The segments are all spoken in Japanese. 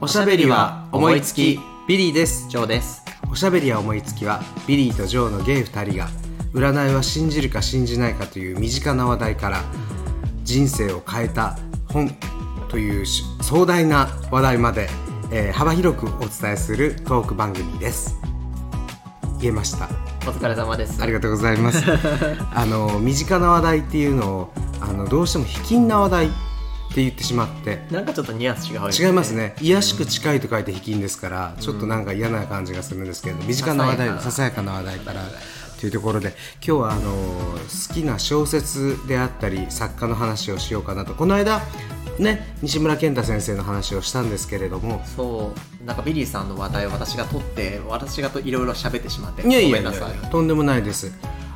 おしゃべりは思いつきビリーですジョーですおしゃべりは思いつきはビリーとジョーのゲイ2人が占いは信じるか信じないかという身近な話題から人生を変えた本というし壮大な話題まで、えー幅広くお伝えするトーク番組です言えましたお疲れ様ですありがとうございますあの身近な話題っていうのをあのどうしても卑近な話題って言ってしまってなんかちょっとニュアンス違うよ違いますね癒しく近いと書いて「ひきん」ですからちょっとなんか嫌な感じがするんですけれど身近な話題さささやかな話題からというところで今日はあのー好きな小説であったり作家の話をしようかなとこの間ね西村健太先生の話をしたんですけれどもそうなんかビリーさんの話題を私が取って私がといろいろ喋ってしまっていやいやごめんなさいとんでもないです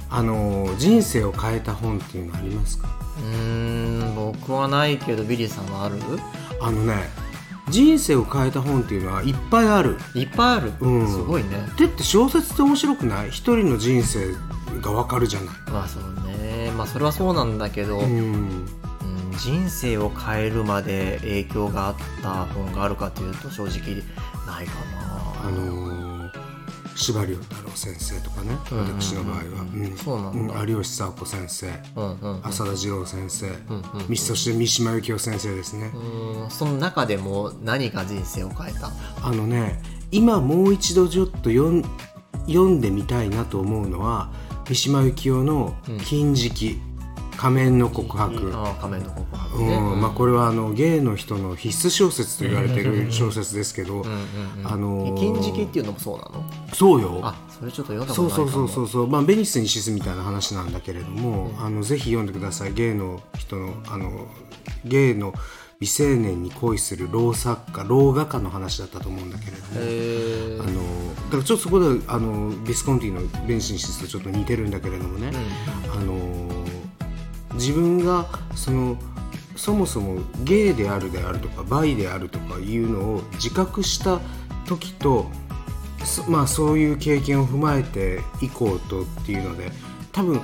あのー人生を変えた本っていうのありますかうーん僕はないけどビリーさんはあるあのね人生を変えた本っていうのはいっぱいあるいっぱいある、うんすごいねでって小説って面白くない一人の人生がわかるじゃないまあそうねまあそれはそうなんだけど、うんうん人生を変えるまで影響があった本があるかというと正直ないかあのー司馬遼太郎先生とかねうんうんうん私の場合は、うんそうなんだうん有吉佐和子先生なうんうんうん浅田次郎先生、うんうんうんみそして三島由紀夫先生ですね、うんその中でも何が人生を変えたあのね今もう一度ちょっと読ん読んでみたいなと思うのは三島由紀夫のうん「金色、仮面の告白」あー仮面の告白うね、んまあ、これはあの芸の人の必須小説と言われてる小説ですけうんど、うんうんあのー金色っていうのもそうなのそうよあそれちょっと読んだことそなういかそもうそうそうそう、まあ、ベニスにシスみたいな話なんだけれども、あのぜひ読んでください芸の人のあの芸の未成年に恋する老作家老画家の話だったと思うんだけれども、へあのだからちょっとそこであのビスコンティの「ベニスにシスとちょっと似てるんだけれどもね、あの自分がそのそもそもゲイであるであるとかバイであるとかいうのを自覚した時とそ,、まあ、そういう経験を踏まえて以降とっていうので多分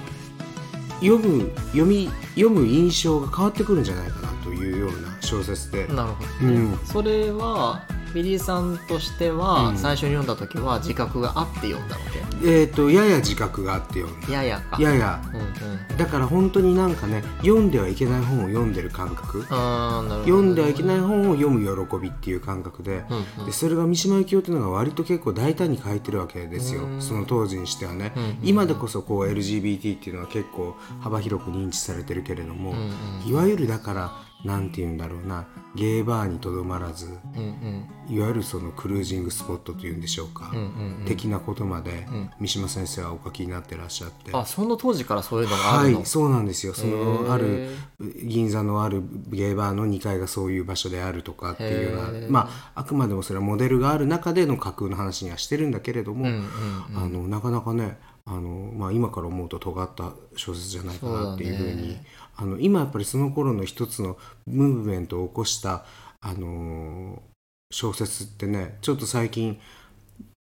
読む読み読む印象が変わってくるんじゃないかなというような小説でえ。なるほど、ねうんそれはビリーさんとしては、うん最初に読んだ時は自覚があって読んだわえー、とやや自覚があって読んだけややかややうんうんだから本当になんかね読んではいけない本を読んでる感覚あーなるほど読んではいけい、ない本を読む喜びっていう感覚で,、うんうんでそれが三島由紀夫っていうのが割と結構大胆に書いてるわけですようんその当時にしてはね、うんうん今でこそこう LGBT っていうのは結構幅広く認知されてるけれども、うんいわゆるだからなんて言うんだろうなゲーバーにとどまらずうんうんいわゆるそのクルージングスポットというんでしょうか、うんうんうん的なことまで、ん三島先生はお書きになってらっしゃって。あその当時からそういうのがあはるの、い、そうなんですよそへのーある銀座のあるゲーバーの2階がそういう場所であるとかっていうようへなーまああくまでもそれはモデルがある中での架空の話にはしてるんだけれども、うんうんうんあのなかなかねあの、まあ、今から思うと尖った小説じゃないかなっていうふうそうだにねあの今やっぱりその頃の一つのムーブメントを起こした、あのー小説ってねちょっと最近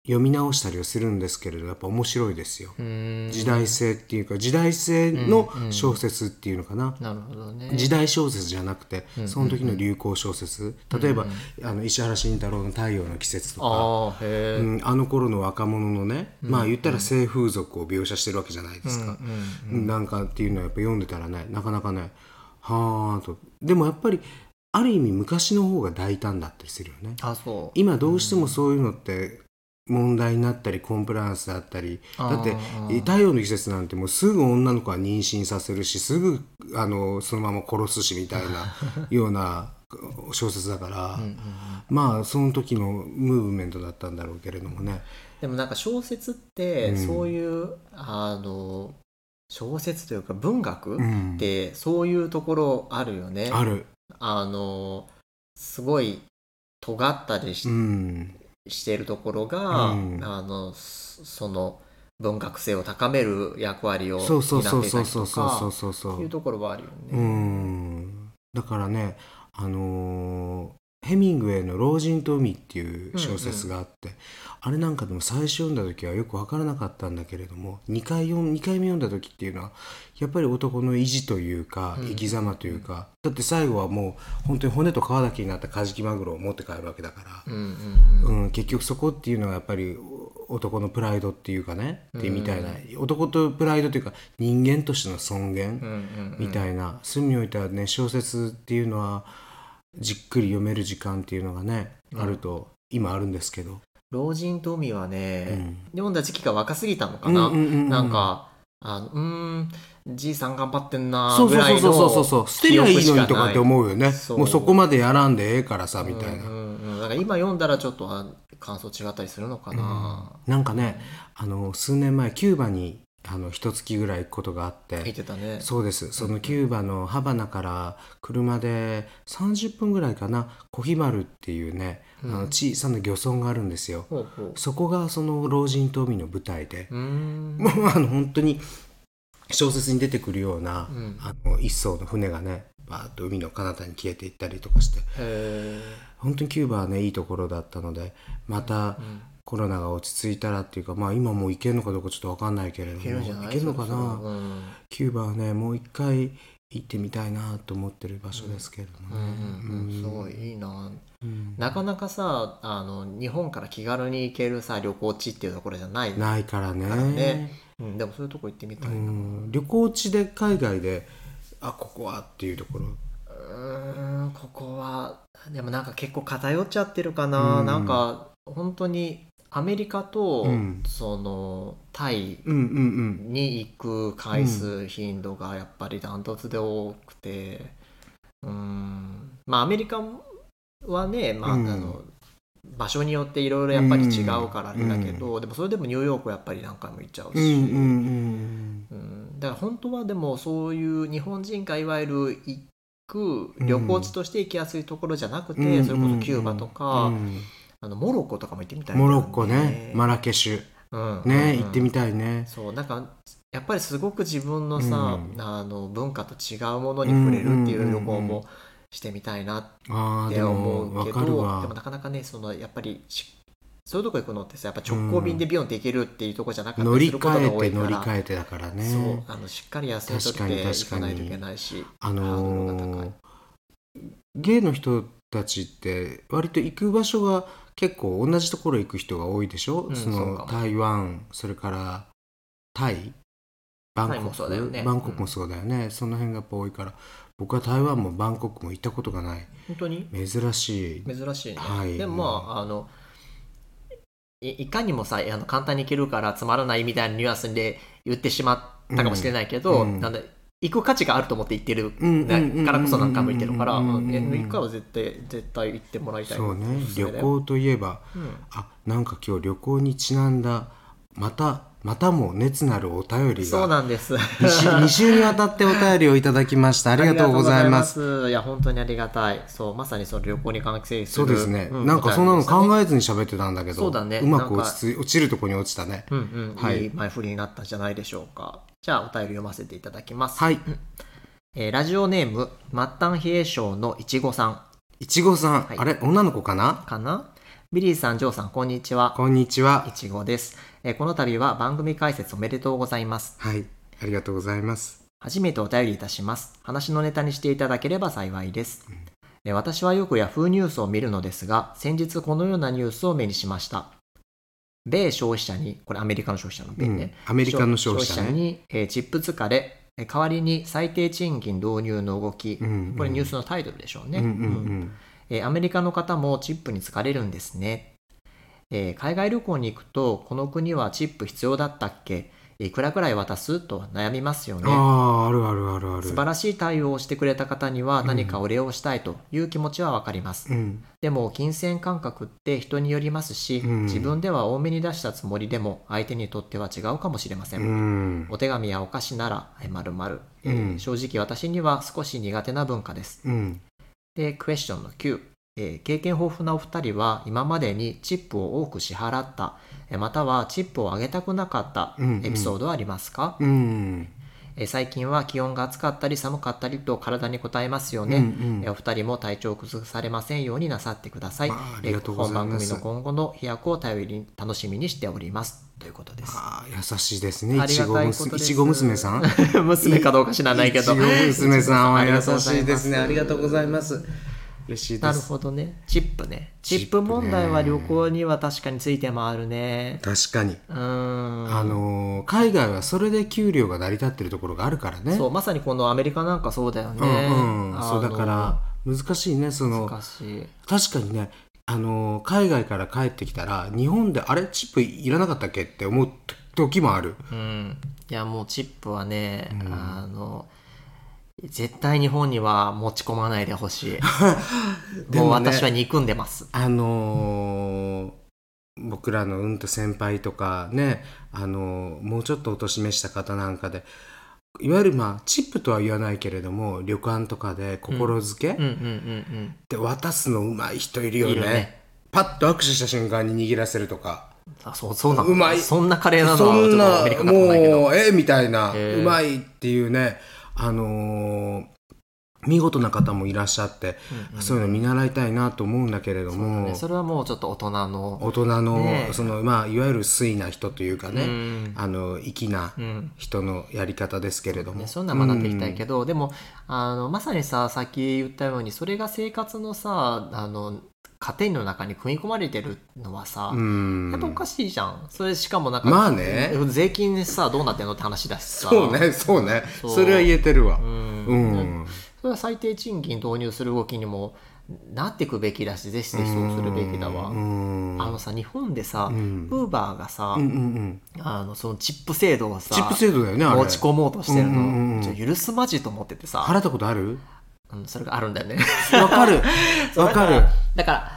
読み直したりはするんですけれどやっぱ面白いですよ。うーん時代性っていうか時代性の小説っていうのかな、なるほどね時代小説じゃなくて、その時の流行小説例えば、あの石原慎太郎の「太陽の季節」とかああへえ、うんあの頃の若者のね、まあ言ったら性風俗を描写してるわけじゃないですか、なんかっていうのはやっぱ読んでたらねなかなかねはあとでもやっぱりある意味昔の方が大胆だったりするよねあそう今どうしてもそういうのって問題になったりコンプライアンスだったりあだーって太陽の季節なんてもうすぐ女の子は妊娠させるしすぐあのそのまま殺すしみたいな ような小説だから、まあその時のムーブメントだったんだろうけれどもねでもなんか小説ってうんそういう、あの小説というか文学うんってそういうところあるよね、ある、あのすごい尖ったりし,、うん、してるところが、うんあのそその文学性を高める役割を担そうそっうそうていたそうりそとうそうかそうそういうところはあるよね、うんだからねあのーヘミングウェイの「老人と海」っていう小説があって、あれなんかでも最初読んだ時はよく分からなかったんだけれども2回読ん二回目読んだ時っていうのはやっぱり男の意地というか生き様というか、だって最後はもう本当に骨と皮だけになったカジキマグロを持って帰るわけだから。うんうんうん、結局そこっていうのはやっぱりお男のプライドっていうかね、ってみたいな男とプライドというか人間としての尊うんう厳んみたいな、そういう意味においてはね小説っていうのはじっくり読める時間っていうのがね、うんあると今あるんですけど、老人と海はね、うん読んだ時期が若すぎたのかな、うんうんうんうんなんかあのうーんじいさん頑張ってんなそうぐそうらそいうのそうそうそう捨てりゃいいのにとかって思うよねそうもうそこまでやらんでええからさみみたたいいな、な、うんうんうん、だから今読んだらちょっとあ感想違ったりするのかな、なんかねあの数年前キューバにあの一月ぐらい行くことがあって、聞いてたねそうですそのキューバのハバナから車で30分ぐらいかなコヒマルっていうね、うんあの小さな漁村があるんですよほうほうそこがその老人島民の舞台で う、んもうあの本当に小説に出てくるような、うんあの一艘の船がねバーッと海の彼方に消えていったりとかしてへ本当にキューバはねいいところだったのでまたコロナが落ち着いたらっていうかまあ今もう行けるのかどうかちょっと分かんないけれどいもけるんじゃない行けるのかな、そうそううんキューバはねもう一回行ってみたいなと思ってる場所ですけれどもうね、んうんうん、すごいいいなうんなかなかさあの日本から気軽に行けるさ旅行地っていうところじゃない、ないからねねうん、でもそういうとこ行ってみたういな、うんん、旅行地で海外であここはっていうところんここはでもなんか結構偏っちゃってるかな、うんなんか本当にアメリカと、うんそのタイうんうんに行く回数頻度がやっぱりダントツで多くてうんまあアメリカはね、まあうんあの場所によっていろいろやっぱり違うからあうんれだけど、でもそれでもニューヨークはやっぱり何回も行っちゃうし、うんうんうんうんだから本当はでもそういう日本人がいわゆる行く旅行地として行きやすいところじゃなくて、うんそれこそキューバとか、うんあのモロッコとかも行ってみたいなモロッコねマラケシュうんね、うん行ってみたいねそうなんかやっぱりすごく自分のさ、うんあの文化と違うものに触れるっていんううんううんう旅ん行もしてみたいなっああてでも思う分けかどるでもわなかなかねそのやっぱりしそういうとこ行くのってさやっぱ直行便でビヨンって行けるっていうとこじゃなかった乗りりすることが換多えいてから乗り換えてだからねそうあのしっかり休み取って行確かかに確かにないといけないしあハードルがの高ーい、ゲイの人たちって割と行く場所が結構同じところ行く人が多いでしょ、うんそそうのかも台湾それからタイバンタイコもクそうだよねバンコクもそうだよね、その辺がやっぱ多いから僕は台湾もバンコクも行ったことがない本当に珍しい珍しいね、はいでもまああのいいかにもさあの簡単に行けるからつまらないみたいなニュアンスで言ってしまったかもしれないけど、うんうんなんだ行く価値があると思って行ってるうんうんうんうんからこそ何回も行ってるからうんうんうんうんね一回は絶対絶対行ってもらいたいそうねおすす旅めだよ行といえばうんあなんか今日旅行にちなんだまたまたも熱なるお便りそうがなんです2週 二週にわたってお便りをいただきましたありがとうございますありがとう ございますいや本当にありがたいそうまさにその旅行に関係すそるうですね、うなんかそんなの考ええずに喋ってたんだけどそうだねまく落ち着い落ちるとこに落ちたね、うんうん、はいい、い前振りになったんじゃないでしょうかじゃあお便り読ませていただきますはいえーラジオネーム末端冷え性のいちごさんいちごさん、はいあれ女の子かなかなビリーさんジョーさんこんにちはこんにちはいちごです、えーこの度は番組解説おめでとうございますはいありがとうございます初めてお便りいたします話のネタにしていただければ幸いです、えー私はよく Yahoo ニュースを見るのですが先日このようなニュースを目にしました米消費者にこれアメリカの消費者の米ね、うんアメリカの消費者ねに、えーチップ疲れえー代わりに最低賃金導入の動き、うんうんこれニュースのタイトルでしょうね、うんうんうんえーアメリカの方もチップに疲れるんですね、えー海外旅行に行くとこの国はチップ必要だったっけいくらくらい渡すと悩みますようん、あねああるあるあるある素晴らしい対応をしてくれた方には何かお礼をしたいという気持ちはわかります、うんでも金銭感覚って人によりますし、うん自分では多めに出したつもりでも相手にとっては違うかもしれません、うんお手紙やお菓子ならえー〇〇、えうーん正直私には少し苦手な文化ですうんで、クエスチョンの9、えー経験豊富なお二人は今までにチップを多く支払った、えーまたはチップをあげたくなかったうんうんエピソードはありますか、うんえー最近は気温が暑かったり寒かったりと体に応えますよね、うんうえーんお二人も体調を崩されませんようになさってください。まあありがとうございますえー本番組の今後の飛躍を頼りに楽しみにしております。ということです。あー優しいですねあいりちがごたいこと娘でいすちご娘さん 娘かどうか知らないけど。いちご娘さんは優しいですねあありりががととうごうござざいいまますす嬉しいですなるほどね。チップね。チップ問題は旅行には確かについて回るね。確かにうーん。あのー海外はそれで給料が成り立ってるところがあるからねそう、まさにこのアメリカなんかそうだよね。うんうあん、のそうだから。難しいねその難しい。確かにねあの海外から帰ってきたら日本であれチップいらなかったっけって思う時もあるうん、いやもうチップはね、あの絶対日本には持ち込まないでほ しいでもうもね私は憎んでますあのー僕らのうんと先輩とかねあのーもうちょっとお年めした方なんかでいわゆるまあチップとは言わないけれども旅館とかで心づけっうんうんうんて渡すのうまい人いるようんね,、いるねパッと握手した瞬間に握らせるとかあそうそうなのうまいそんな華麗なのはそんちょっとアなメリカだとないけどもうえみたいなへーうまいっていうねあのー見事な方もいらっしゃって、うんうんそういうの見習いたいなと思うんだけれどそうだも、ねそれはもうちょっと大人の大人の,、ねえそのまあ、いわゆる粋な人というかね、うんあの粋なうん人のやり方ですけれども、ね、そんな学んでいきたいけど、でもあのまさにささっき言ったようにそれが生活のさあの家庭の中に組み込まれてるのはさ、うんやっぱおかしいじゃんそれしかもなんかまあね税金でさどうなってんのって話だしさそうねそうねそうそれは言えてるわう、うんん、それは最低賃金導入する動きにもなってくべきだしぜひぜひそうするべきだわ、うんあのさ日本でさ、うんウーバーがさ、うんうんうんあのそのチップ制度をさチップ制度だよねあれ持ち込もうとしてるの、うんうんうんちょ許すまじと思っててさ、払ったことあるうん、それがあるんだよね わかるわかるだから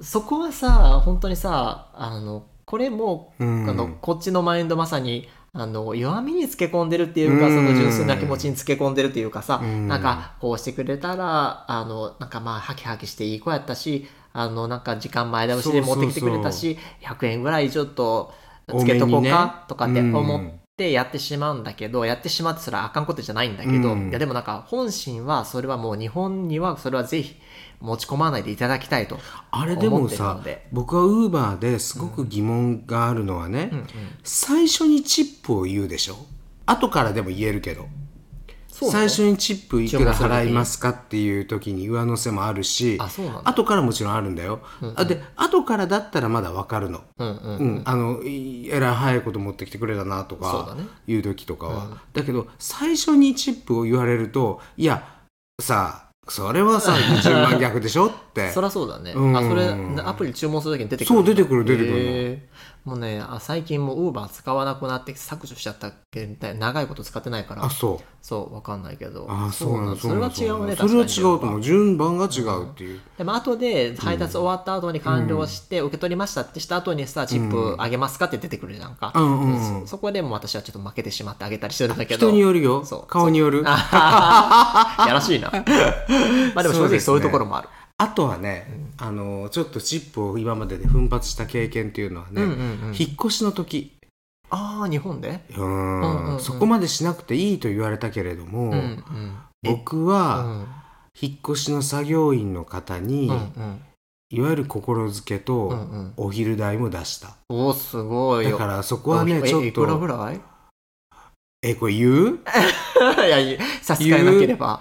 そこはさ本当にさあのこれも、うんあのこっちのマインドまさにあの弱みにつけ込んでるっていうか、うんその純粋な気持ちにつけ込んでるっていうかさ、うんなんかこうしてくれたらあのなんかまあハキハキしていい子やったしあのなんか時間前倒しで持ってきてくれたし100円ぐらいちょっとつけとこ多うめにねか、とかって思うっんてやってしまうんだけど、やってしまってそれはあかんことじゃないんだけど、うんいやでもなんか本心はそれはもう日本にはそれはぜひ持ち込まないでいただきたいとあれで思もってるんさで。僕はウーバーですごく疑問があるのはね、うんうん最初にチップを言うでしょ後からでも言えるけどそうなの最初にチップいく注文らする時に払いますかっていう時に上乗せもあるしあそうなんだ後からもちろんあるんだよ、あで後からだったらまだ分かるの、うんうんうんあのいえらい早いこと持ってきてくれたなとそうだかねいう時とかはだ,、けど最初にチップを言われるといやさあそ れはさ順番逆でしょってそりゃそうだね、うんあそれアプリ注文するときに出てくるそう出てくる出てくるのるもうねあ最近もウーバー使わなくなって削除しちゃったっけみたいな長いこと使ってないからあそうそうわかんないけどあそうなんだそうなのそれは違うねそれは違うと確か思にう順番が違うっていうでも後で配達終わった後に完了して受け取りましたってした後にさチップあげますかって出てくるじゃんか、うんうんうんそそこでも私はちょっと負けてしまってあげたりしてるんだけど人によるよそう顔によるあ あやらしいなまあでも正直そういうところもあるとはねあのちょっとチップを今までで奮発した経験っていうのはねうんうんうん引っ越しの時ああ日本でうーうんうんうんんそこまでしなくていいと言われたけれどうんうもん僕うはん引っ越しの作業員の方にうんうんいわゆる心づけうとんうんお昼代も出したおーすごいよだからそこはねえちょいっくらぐとらい えこれ言ういやいや差し支えなければ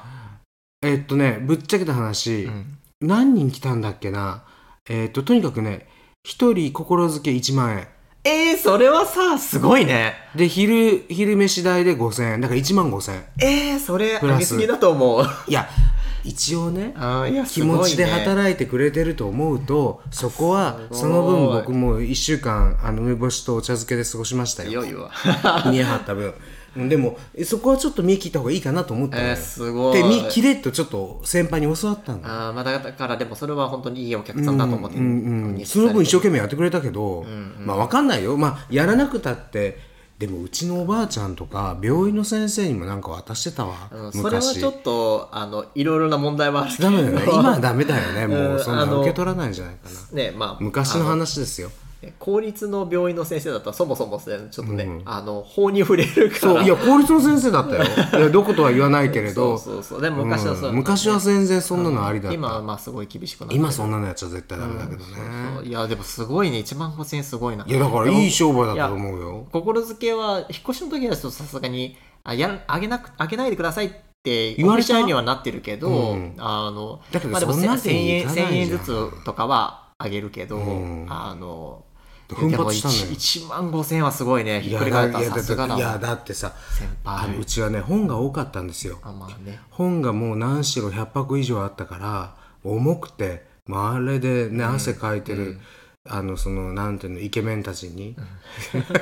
えっとねぶっちゃけた話うん何人来たんだっけなえっ、ととにかくね1人心づけ1万円えー、それはさすごいねで昼昼飯代で5000円だから1万5000円えー、それプ上ラげスすぎだと思ういや一応ねあーいや気すごいね持ちで働いてくれてると思うとそこはすごいその分僕も1週間あの梅干しとお茶漬けで過ごしましたよいわ。見えはった分でもそこはちょっと見切った方がいいかなと思ったのよえー、すごい。で見切れとちょっと先輩に教わったんだ あーまあ、だからでもそれは本当にいいお客さんだと思って、うんうんうん、その分一生懸懸命やってくれたけど、まあ分かんないよ、まあ、やらなくたってでもうちのおばあちゃんとか病院の先生にもなんか渡してたわ、昔それはちょっとあのいろいろな問題はあるけど ダメだよね今はダメだよねもうんうそんあなの受け取らないんじゃないかなねまあ昔の話ですよね公立の病院の先生だったらそもそもねちょっとね、うんあの法に触れるからそういや公立の先生だったよいやどことは言わないけれど そうそうそうでも昔はそうだったうんんで昔は全然そんなのありだった、今はまあすごい厳しくなって今そんなのやっちゃ絶対ダメだけどね、そういやでもすごいね1万5000円すごいないやだからいい商売だいやと思うよ心づけは引っ越しの時はちょっとさすがにあやらあげなくあげないでくださいって言われたお店にはなってるけど、うんあのだけどまあでもそんなわ1000けにい円かないじゃん1000円ずつとかはあげるけど、うんあの奮発したのよでも 1, 万5000円はすごいねひいっやくりだ返ったらいやさすがだだいやわだってさ先あの輩うちはね本が多かったんですよあまあね本がもう何しろ100箱以上あったから重くて、まあ、あれでね汗かいてる、あのそのなんていうのイケメンたちに、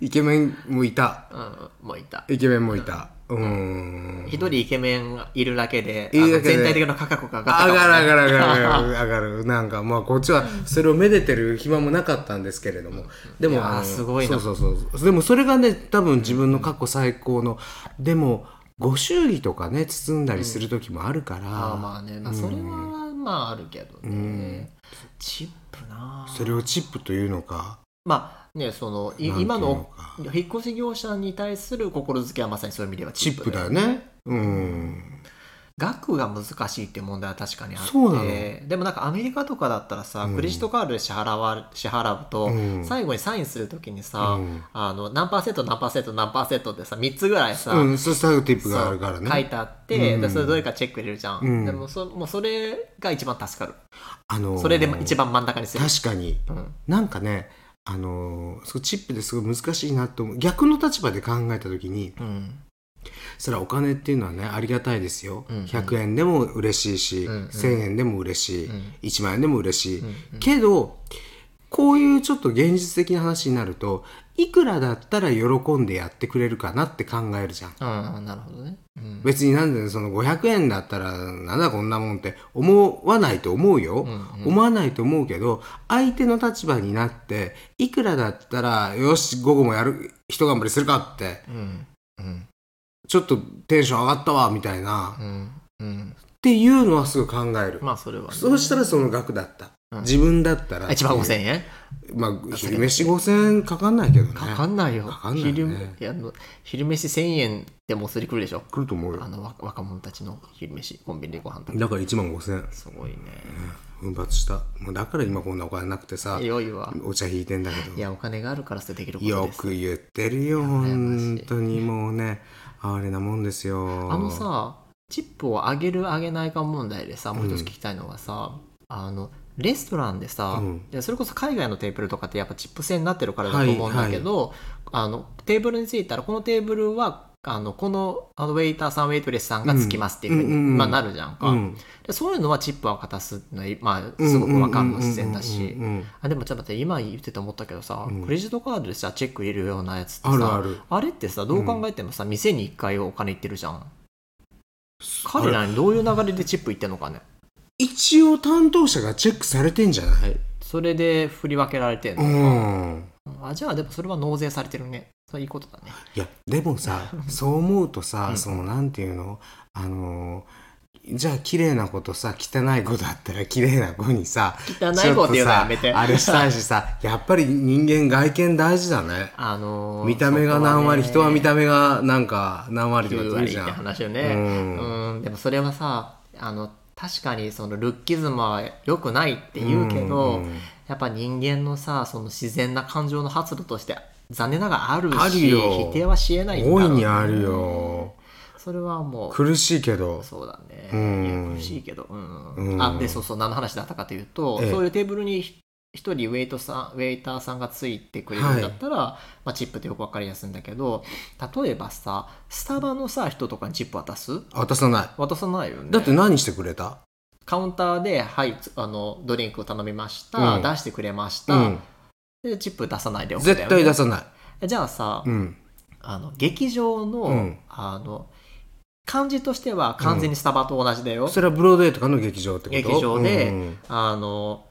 イケメンもいたうんもういたイケメンもいたうん一人イケメンがいるだけであいるのだけで全体的な価格が上がった上かがもるね上がる上がる上がる上がるなんかまあこっちはそれをめでてる暇もなかったんですけれどもでいもやーあのすごいなそうそうそうでもそれがね多分自分の過去最高のでもご祝儀とかね包んだりする時もあるから、あーまあね、まあ、それはまああるけどね、チップなあそれをチップというのかまあねそのいなんていう今ののか引っ越し業者に対する心づけはまさにそういう意味ではチチッッププでだよねうん額が難しいっていう問題は確かにあってそうなのでもなんかアメリカとかだったらさ、うんクレジットカードで支払わ支払うと、うん最後にサインするときにさ、うんあの何パーセント何パーセント何パーセントってさ3つぐらいさ、うんそうしたティップそうがあるから書いねてあって、うんでそれどれかチェック入れるじゃん、うんでもそもうそれが一番助かるあのーそれで一番真ん中にする確かにうんなんかねあのーそうチップですごい難しいなと思う逆の立場で考えた時にうんそれはお金っていうのはねありがたいですよ、うんうん100円でも嬉しいし、うんうん1000円でも嬉しい、うん1万円でも嬉しい、うんうんけどこういうちょっと現実的な話になるといくらだったら喜んでやってくれるかなって考えるじゃんああなるほどね、うん別になんでその500円だったらなんだこんなもんって思わないと思うよ、うん思わないと思うけど相手の立場になっていくらだったらよし午後もやる一頑張りするかってうんうんちょっとテンション上がったわみたいな、うっんうんていうのはすぐ考える、まあそれはね、そうしたらその額だった、うん自分だったらあ一番5000円まあ昼飯5000円かかんないけどねかかんないよかかんないね昼いやあの昼飯1000円でもうすりくるでしょ来ると思うあよのわ若者たちの昼飯コンビニでご飯とかだから1万5000円すごいね奮発したもうだから今こんなお金なくてさ良いわお茶引いてんだけどいやお金があるからそれできることよですく言ってるよましい本当にもうねあれなもんですよあのさチップを上げる上げないか問題でさもう一つ聞きたいのがさ、あのレストランでさ、うんでそれこそ海外のテーブルとかってやっぱチップ制になってるからだと思うんだけど、あのテーブルについたらこのテーブルはあのこのあのウェイターさんウェイトレスさんがつきますっていうふうに、うんうんうんうんまあ、なるじゃんか、うんでそういうのはチップはかたすっていうのは、まあ、すごくわかるの自然だしうんうんうんうんうんあでもちょっと待って今言ってて思ったけどさ、うんクレジットカードでさチェック入れるようなやつってさあるあるあれってさどう考えてもさ、店に1回お金いってるじゃんあ彼れらにどういう流れでチップいってんのかね一応担当者がチェックされてんじゃないそれで振り分けられてんうの、んあじゃあでもそれは納税されてるねそれいいことだねいやで もさそう思うとさ、うんそのなんていうのあのじゃあ綺麗な子とさ汚い子だったら綺麗な子にさ汚い子っていうのはやめちょてっ とさあれしたいしさやっぱり人間外見大事だねあのー見た目が何割、そ人こは見ねた目がなんか何割とか9って言う割っじてゃん話よねうんうん、でもそれはさあの確かにそのルッキズムは良くないって言うけど、うんうんやっぱ人間のさその自然な感情の発露として残念ながらあるしあるよ否定はしえないんだろう大ねいにあるよそれはもう苦しいけどそうだね、うんいや苦しいけど、うんうんあでそうそう何の話だったかというと、ええそういうテーブルに一人ウェイトさんウェイターさんがついてくれるんだったら、まあ、チップってよく分かりやすいんだけど例えばさスタバのさ人とかにチップ渡す渡さない渡さないよねだって何してくれた、カウンターで「はいつあのドリンクを頼みました、うん出してくれましうた、ん、でチップ出さないでおく絶対出さない、じゃあさ、うん、あの劇場の,、うんあの感じとしては完全にスタバと同じだよ、それはブロードウェイとかの劇場ってこと劇場でうんあの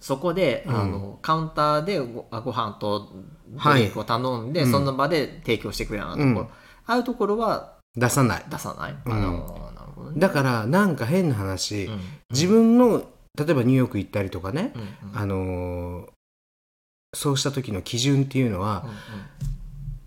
そこで、うんあのカウンターでごご飯とドはいリンクを頼んで、うんその場で提供してくれるようなところ、うんああいうところは出さない出さない、うんあのなるほどねだからなんか変な話、うん自分の例えばニューヨーク行ったりとかね、うんうんあのーそうした時の基準っていうのは、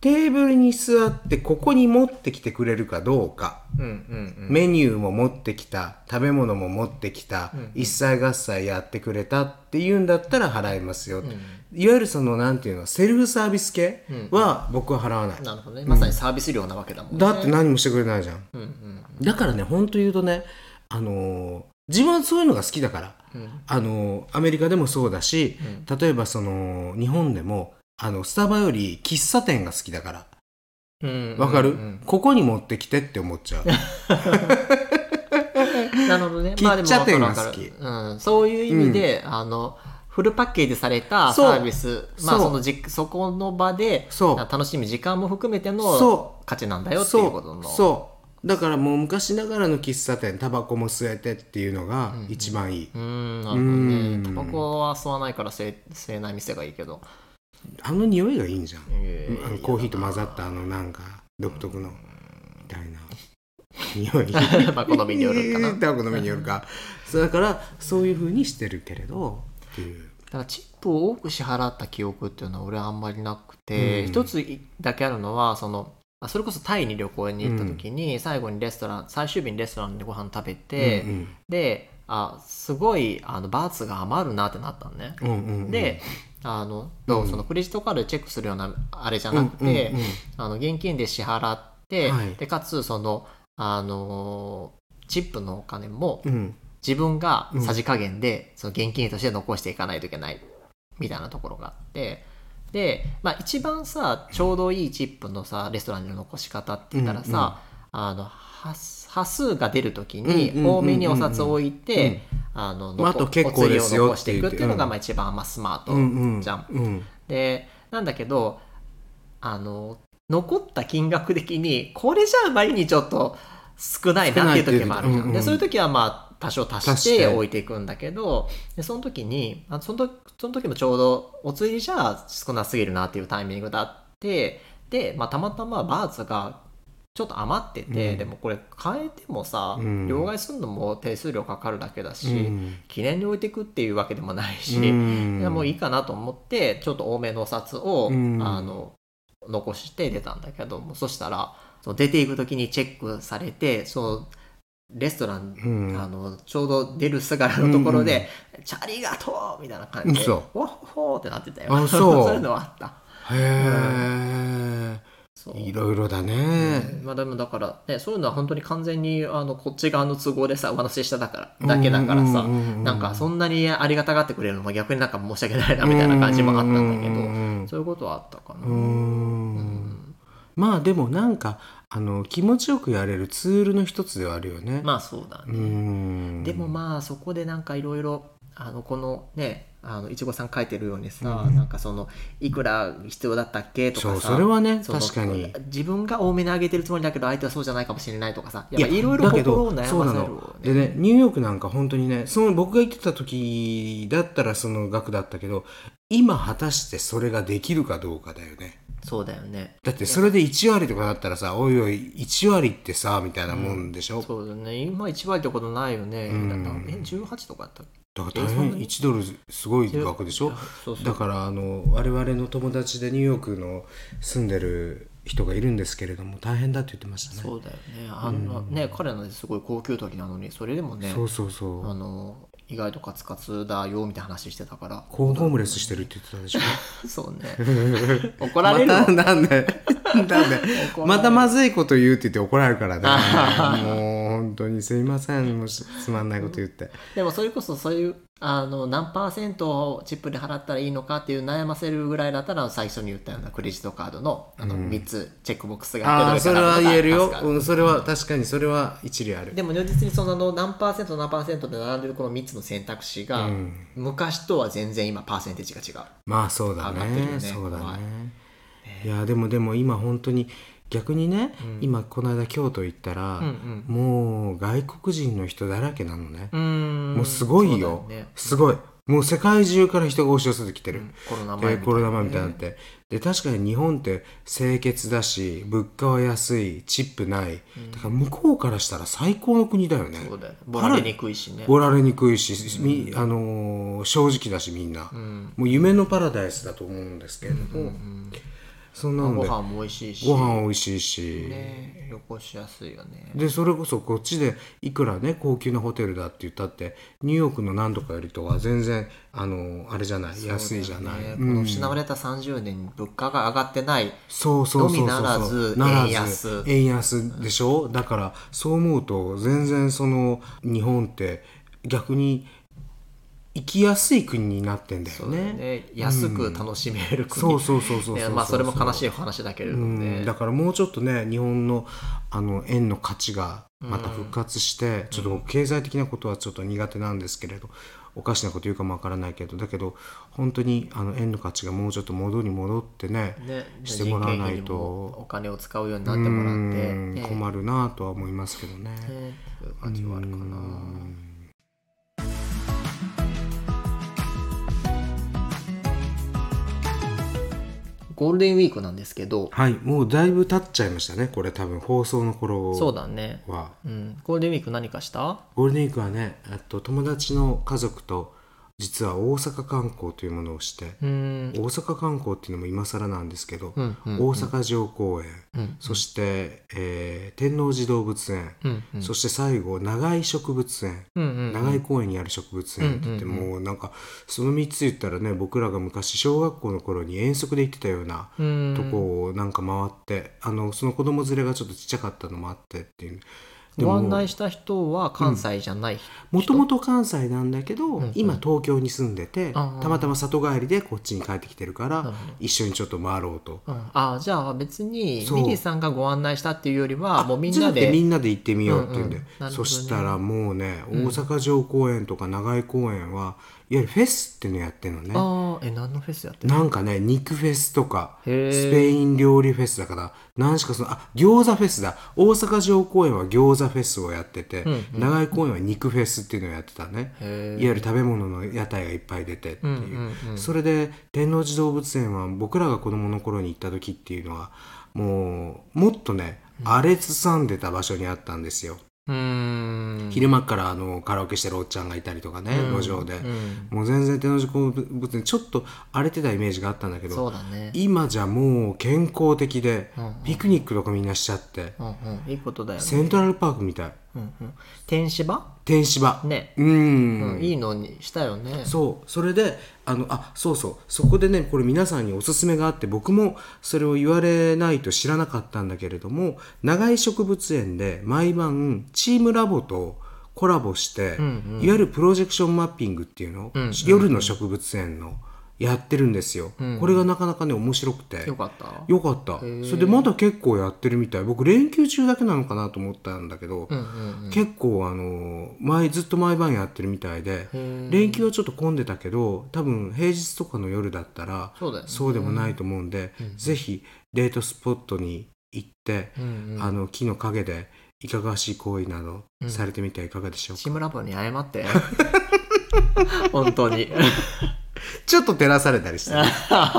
テーブルに座ってここに持ってきてくれるかどうか、うんうんメニューも持ってきた食べ物も持ってきた、一切合切やってくれたっていうんだったら払いますよ、いわゆるそのなんていうのセルフサービス系は僕は払わない、うん。なるほどね。まさにサービス料なわけだもんね。だって何もしてくれないじゃんうんうんだからね本当言うとねあのー自分はそういうのが好きだから、うんあのアメリカでもそうだし、例えばその日本でもあのスタバより喫茶店が好きだからうんうん。わかる、うんうんここに持ってきてって思 っちゃうなるほど ね。喫茶まあでもわかるわかる店うん、そういう意味で、あの、フルパッケージされたサービス、そうまあそうそのじ、そこの場で、そう楽しむ時間も含めてその価値なんだよっていうことの。そうそうだからもう昔ながらの喫茶店タバコも吸えてっていうのが一番いい、うーん、なるほどうんね。タバコは吸わないから吸え吸えない店がいいけど。あの匂いがいいんじゃん、えあのコーヒーと混ざったあのなんか独特のみたいな匂い まあ好みによるか な。だかな好みによるかそうだからそういうふうにしてるけれどっていうらチップを多く支払った記憶っていうのは俺あんまりなくて、うん一つだけあるのは、その、あそれこそタイに旅行に行った時に、最後にレストラン、最終日にレストランでご飯食べて、うんで、あ、すごい、あの、バーツが余るなってなったのね。うんうんうんうんで、あの、うんそのクレジットカードでチェックするようなあれじゃなくて、うんうんうんあの現金で支払って、はいでかつその、あのーチップのお金もうん自分がさじ加減で、その現金として残していかないといけないみたいなところがあってで、まあ、一番さちょうどいいチップのさレストランの残し方って言ったらさ、あの端端数が出るときうんうんうんにうんうん多めにお札を置いうんて、あのまああと残結構ですよお釣りを残していくっていうのって言ってうがんまあ一番まあスマートうんうんじゃん。うんでなんだけどあの残った金額的にこれじゃあまりにちょっと少ないなっていう時もあるじゃん少ないっていうかうんうんでそういう時はまあ多少足足ししてて置いていくんだけどでその時にあその時その時もちょうどお釣りじゃあ少なすぎるなっていうタイミングだってで、まあ、たまたまバーツがちょっと余ってて、うんでもこれ変えてもさ、うん両替するのも手数料かかるだけだし、うん記念に置いていくっていうわけでもないし、うんいやもういいかなと思ってちょっと多めのお札を、うんあの残して出たんだけどもそしたらその出ていく時にチェックされてそのレストラン、うんあのちょうど出る姿のところで「チャリがとう!」みたいな感じで嘘「わっほー!」ってなってたよ あそういうのはあったへそうえいろいろだねまあでもだから、ね、そういうのは本当に完全にあのこっち側の都合でさ上乗せしただからだけだからさ、うんうんうんうんなんかそんなにありがたがってくれるのも逆になんか申し訳ないなみたいな感じもあったんだけど、うんうんうんそういうことはあったかな。うーんまあでもなんかあの気持ちよくやれるツールの一つではあるよねまあそうだうね。んでもまあそこでなんかいろいろあのこのねあのいちごさん書いてるようにさ、なんかそのいくら必要だったっけとかそうさそれはねその確かに自分が多めにあげてるつもりだけど相手はそうじゃないかもしれないとかさいやいろいろだけ心どを悩ませるそうなよのねでねニューヨークなんか本当にねその僕が行ってた時だったらその額だったけど今果たしてそれができるかどうかだよねそうだよねだってそれで1割とかだったらさおいおい1割ってさみたいなもんでしょ、そうだね今一割ってことないよね、うんだってえ18とかだったっけだから大えそん変なに1ドルすごい額でしょそうそうだからあの我々の友達でニューヨークの住んでる人がいるんですけれども大変だって言ってましたねそうだよねあの、ね彼のすごい高級時なのにそれでもねそうそうそうあの意外とカツカツだよみたいな話してた からこうホームレスしてるって言ってたでしょそう ね 怒られるわまたなんでなんでまたまずいこと言うって言って怒られるから ねもう本当にすいませんもうしつまんないこと言ってでもそれこそそういうあの何パーセントをチップで払ったらいいのかっていう悩ませるぐらいだったら最初に言ったようなクレジットカードのあの3つチェックボックスがああー出てそるれかはら言えるよ助か、うん、それは確かにそれは一理あるでも如実にそのあの何パーセント何パーセントで並んでるこの3つの選択肢が、うん昔とは全然今パーセンテージが違うまあそうだ上がってるよねねそうだね、はいいやでもでも今本当に逆にね、今この間京都行ったら、んもう外国人の人だらけなのね、うんもうすごいよそうだねすごいもう世界中から人が押し寄せてきてる、コロナ前みたいなね、でコロナ前みたいになって、で確かに日本って清潔だし物価は安いチップない、だから向こうからしたら最高の国だよねそうだよねボラれにくいしねおられにくいし、みあのー正直だしみんな、もう夢のパラダイスだと思うんですけれども、そんなのごで飯も美味しいしご飯美味しいし、ね旅行しやすいよねでそれこそこっちでいくらね高級なホテルだって言ったってニューヨークの何とかよりとは全然あのあれじゃない安いじゃないねうこの失われた30年に物価が上がってないそうそうそうそうのみならずならず円安円安でしょ、だからそう思うと全然その日本って逆に行きやすい国になってんだよねね安く楽しめる国、そうそうそうそうそねうまあそれも悲しい話だけれどうもんね、だからもうちょっとね日本のあの円の価値がまた復活して、ちょっと僕経済的なことはちょっと苦手なんですけれどおかしなこと言うかもわからないけどだけど本当にあの円の価値がもうちょっと戻り戻ってねね、してもらわな人件費いとにもお金を使うようになってもらって、うんね困るなとは思いますけどね。ねそういう感じはあるかな、ゴールデンウィークなんですけど、はいもうだいぶ経っちゃいましたねこれ多分放送の頃そうだね、はうん、ゴールデンウィーク何かしたゴールデンウィークはねえっと友達の家族と実は大阪観光というものをしてうん大阪観光っていうのも今更なんですけど、うんうん大阪城公園、うんそして、えー天王寺動物園、うんうんそして最後長井植物園、うんうん長井公園にある植物園って言って、うんうんもうなんかその3つ言ったらね僕らが昔小学校の頃に遠足で行ってたようなうんとこをなんか回って、あのその子供連れがちょっとちっちゃかったのもあってっていうご案内した人は関西じゃない、もともと関西なんだけど、んうん今東京に住んでてたああまたま里帰りでこっちに帰ってきてるかならるほど一緒にちょっと回ろうと。うんああじゃあ別にそうミリーさんがご案内したっていうよりはもうみんじゃななくてみでんなで行ってみようっていうんで、うんうんなるほどねそしたらもうね大阪城公園とか長井公園はいわゆるフェスっていうのやってるのね。ああえ何のフェスやってるなんかね肉フェスとかスへーペイン料理フェスだから何しかそのあ餃子フェスだ大阪城公園は餃子フェスをやってて、ん長井公園は肉フェスっていうのをやってたねいへわーゆる食べ物の屋台がいっぱい出てっていう,、うんうんうんそれで天王寺動物園は僕らが子供の頃に行った時っていうのはもうもっとね荒れつさんでた場所にあったんですよ、うーん昼間っからあのカラオケしてるおっちゃんがいたりとかね、路上で、うんもう全然天王寺動物園ちょっと荒れてたイメージがあったんだけどそうだね今じゃもう健康的でうんピクニックとかみんなしちゃってうんうんいいことだよねセントラルパークみたいうんうん天芝天芝ねううんんいいのにしたよねそうそれであのあそうそうそこでねこれ皆さんにおすすめがあって僕もそれを言われないと知らなかったんだけれども長井植物園で毎晩チームラボとコラボして、いわゆるプロジェクションマッピングっていうの、夜の植物園のやってるんですよ、これがなかなかね面白くてよかったよかったそれでまだ結構やってるみたい僕連休中だけなのかなと思ったんだけど、うんうん結構あの前ずっと毎晩やってるみたいでへ連休はちょっと混んでたけど多分平日とかの夜だったらそうだよねそうでもないと思うんで、ぜひデートスポットに行って、うんうんあの木の陰でいかがわしい行為などされてみてはいかがでしょうか、チームラボに謝 って本当にちょっと照らされたりして、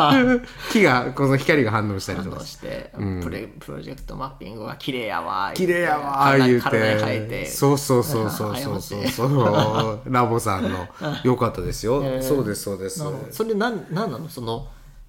木がこの光が反応したりと反か応して、うんプレプロジェクトマッピングは綺麗やわー 綺麗やわー言う体て体変えてそうそうそうそうそう そうそうラボさん の良かったですよ、えーそうですそうですなるほどそれなんなんなのその、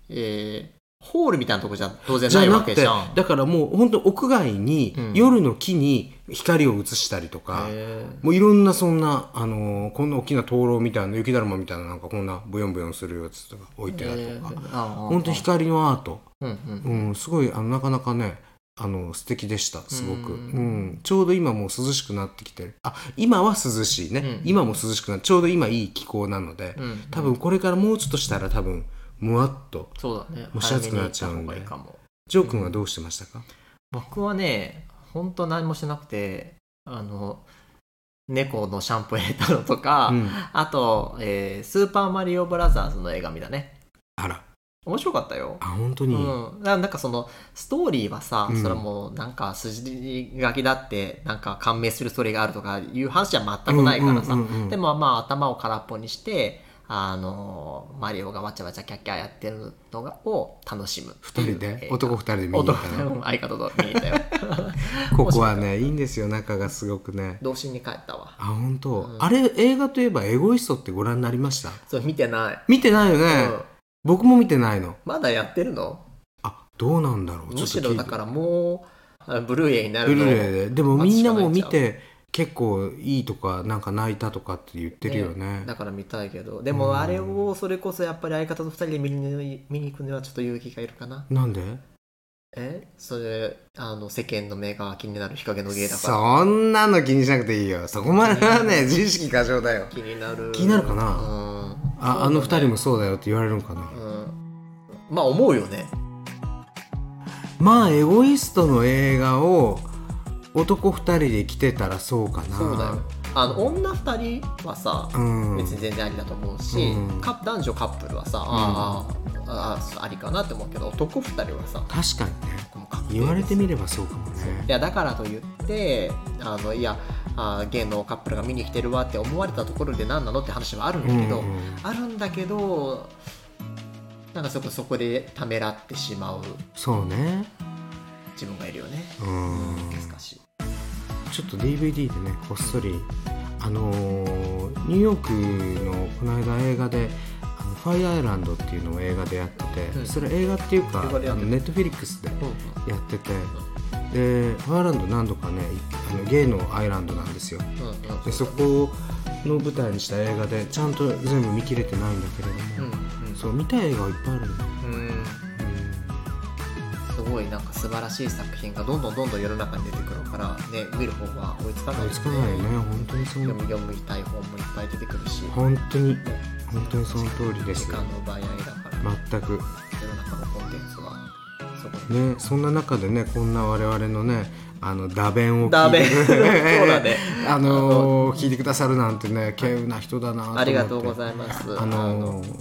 えーホールみたいなとこじゃ当然じなゃいなわくけてじゃん。だからもう本当屋外に、うん夜の木に光を移したりとか、へもういろんなそんな、あのーこんな大きな灯籠みたいな雪だるまみたいななんかこんなブヨンブヨンするやつとか置いてあるとか、本当に、光のアート、うんうんうん、すごいあのなかなかねあの素敵でしたすごく、ううんんちょうど今もう涼しくなってきてるあ今は涼しいうんね、今も涼しくなちょうど今いい気候なので、うん多分これからもうちょっとしたら多分むわっとそうだね蒸し暑くなっちゃうん早でめに行った方がいいかもジョー君はどうしてましたか、僕はね本当何もしてなくてあの猫のシャンプー入れたのとか、うんあと、えースーパーマリオブラザーズ」の映画見たねあら面白かったよあ本当に、うん、ななんかそのストーリーはさ、うんそれはもうなんか筋書きだってなんか感銘するストーリーがあるとかいう話じゃ全くないからさ、うんうんうんうんでもまあ頭を空っぽにしてあのマリオがわちゃわちゃキャッキャやってるのがを楽しむって二いう人で映画男二人で見に行男っ二た人のも相方と見に行った よここはねいいんですよ仲がすごくね童心に帰ったわあ本当、うんあれ映画といえば「エゴイスト」ってご覧になりましたそう見てない、見てないよね、うん僕も見てないのまだやってるのあどうなんだろうむし聞ろいてだからもうあブルーエイになブるルのーレイででもみんなも見待つしかて結構いいとかなんか泣いたとかって言ってるよねだから見たいけどでうんもあれをそれこそやっぱり相方と二人で見に見に行くのはちょっと勇気がいるかななんでえそれあの世間の目が気になる日陰の芸だからそんなの気にしなくていいよそこまではねうん自意識過剰だよ気になる気になるかなうんああの二人もそうだよって言われるのかな、うんまあ思うよねまあエゴイストの映画を男二人で来てたらそうかなそうだよあの女二人はさ、うん別に全然ありだと思うし、うんカップ男女カップルはさ、あーあーあーありかなって思うけど男二人はさ確かにねもう確定です言われてみればそうかもねいやだからといってあのいやあーゲイのカップルが見に来てるわって思われたところで何なのって話はあるんだけど、うんあるんだけどなんかそこそこでためらってしまうそうね自分がいるよねうん難しいちょっと DVD でねこっそりあのーニューヨークのこの間映画で「あのファイアアイランド」っていうのを映画でやってて、うんそれ映画っていうか映画でやってるネットフィリックスでうやっててでファイアアイランド何度かねあのゲイのアイランドなんですよんうんうんでそこの舞台にした映画でちゃんと全部見切れてないんだけれうどんも、うんそう見たい映画いっぱいあるんだ、うんすごいなんか素晴らしい作品がどんどんどんどん世の中に出てくるからね見る方は追いつかない追いつかないよね本当にそう読む読むたい本もいっぱい出てくるし本当に本当にその通りで時す間の奪い合いだから、全く世の中のコンテンツはそこにね、そんな中でねこんな我々のねあの打弁をダ聞いメて そうだねあのー聞いてくださるなんてね稀有な人だなと思ってありがとうございますあのあのー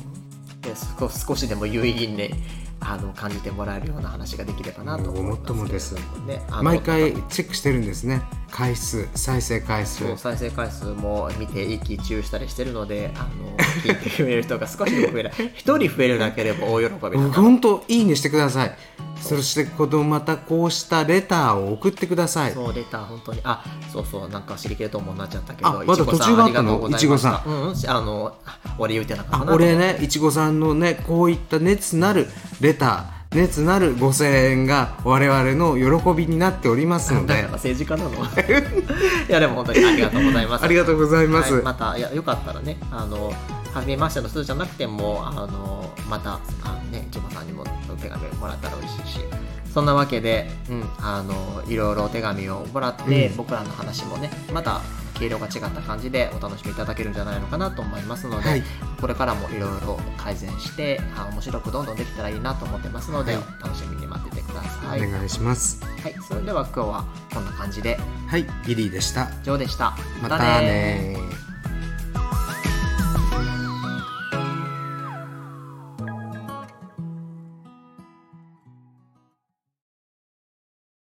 で少少しでも有意義にねあの感じてもらえるような話ができればなと思いますけれどもっともですねあの毎回チェックしてるんですね回数再生回数そう再生回数も見て一喜一憂したりしてるのであの聞いてくれる人が少しでも 増える一人増えるだけでも大喜びだな本当いいねしてくださいそしてこのまたこうしたレターを送ってくださいそうレター本当にあそうそうなんか知り切れともになっちゃったけあどいまだちごさん途中があったのりがとうございましたいちごさうんうんしあのあ俺言うてなかったあな俺ねいちごさんのねこういった熱なるレター熱なるご声援が我々の喜びになっておりま すのだでから政治家なのいやでも本当にありがとうございますありがとうございます、はい、またいやよかったらねあの初めましての人じゃなくてもあのまたあのね千葉さんにもお手紙もらったら嬉しいしそんなわけで、うん、あのいろいろお手紙をもらって、うん僕らの話もねまた軽量が違った感じでお楽しみいただけるんじゃないのかなと思いますので、はいこれからもいろいろ改善してあ面白くどんどんできたらいいなと思ってますので、はい楽しみに待っててください、お願いしますはい、それでは今日はこんな感じではいギリーでした以上でしたまたね